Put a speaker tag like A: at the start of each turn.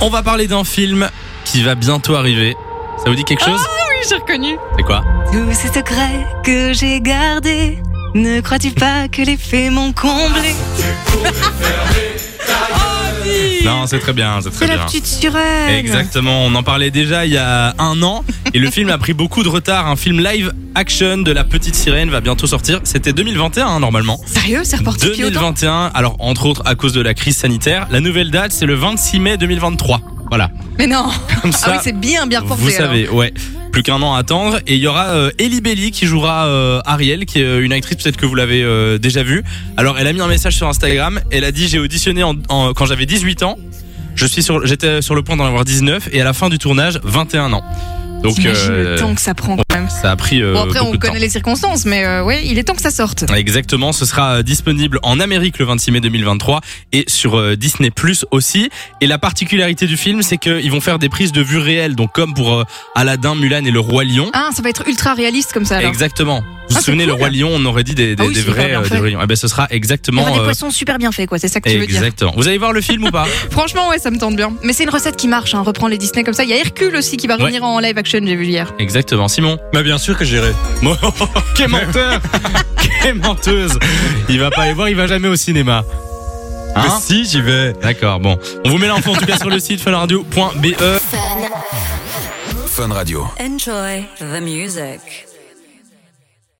A: On va parler d'un film qui va bientôt arriver. Ça vous dit quelque chose
B: Oui, j'ai reconnu.
A: C'est quoi
C: Tous ces secrets que j'ai gardés, ne crois-tu pas que les faits m'ont comblé
A: Ah, Non, c'est très bien, c'est très
B: C'est la
A: bien.
B: petite sirène.
A: Exactement, on en parlait déjà il y a un an et le film a pris beaucoup de retard. Un film live action de La Petite Sirène va bientôt sortir. C'était 2021 hein, normalement.
B: Sérieux, c'est reparti depuis autant
A: 2021, alors entre autres à cause de la crise sanitaire. La nouvelle date, c'est le 26 mai 2023. Voilà.
B: Mais non.
A: Comme ça,
B: ah oui, c'est bien, bien reporté.
A: vous
B: alors.
A: savez, ouais. Plus qu'un an à attendre. Et il y aura euh, Ellie Belly qui jouera euh, Ariel, qui est euh, une actrice peut-être que vous l'avez euh, déjà vue. Alors elle a mis un message sur Instagram. Elle a dit j'ai auditionné en- en- quand j'avais 18 ans. Je suis sur, j'étais sur le point d'en avoir 19 et à la fin du tournage 21 ans. Donc
B: T'imagines
A: euh,
B: le temps que ça prend quand même.
A: ça a pris. euh,
B: Bon, après,
A: beaucoup
B: on
A: de temps.
B: connaît les circonstances, mais euh, ouais, il est temps que ça sorte.
A: Exactement, ce sera euh, disponible en Amérique le 26 mai 2023 et sur euh, Disney Plus aussi. Et la particularité du film, c'est qu'ils vont faire des prises de vue réelles, donc comme pour euh, Aladdin, Mulan et le Roi Lion.
B: Ah, ça va être ultra réaliste comme ça Ah, alors.
A: Exactement. Vous vous
B: c'est
A: souvenez, le
B: cool.
A: Roi Lion, on aurait dit des, des,
B: Ah oui,
A: des
B: c'est hyper
A: vrais,
B: bien
A: euh, des
B: fait.
A: vrais lions. Eh ben, ce sera
C: Il y
A: exactement.
C: aura des
A: euh,
C: poissons super bien faits, quoi, c'est ça que tu veux dire.
A: exactement. Vous allez voir le film ou pas
B: Franchement, ouais, ça me tente bien. Mais c'est une recette qui marche, hein. reprend les Disney comme ça. Il y a Hercule aussi qui va
A: Ouais.
B: revenir en live action, j'ai vu hier.
A: Exactement, Simon.
D: Bah bien sûr que j'irai.
A: Quel menteur Quelle menteuse Il va pas aller voir, il va jamais au cinéma.
D: Mais
A: Hein
D: si, j'y vais.
A: D'accord, bon. On vous met l'info en tout cas sur le site E. funradio.be.
E: Fun Radio.
C: Enjoy the music.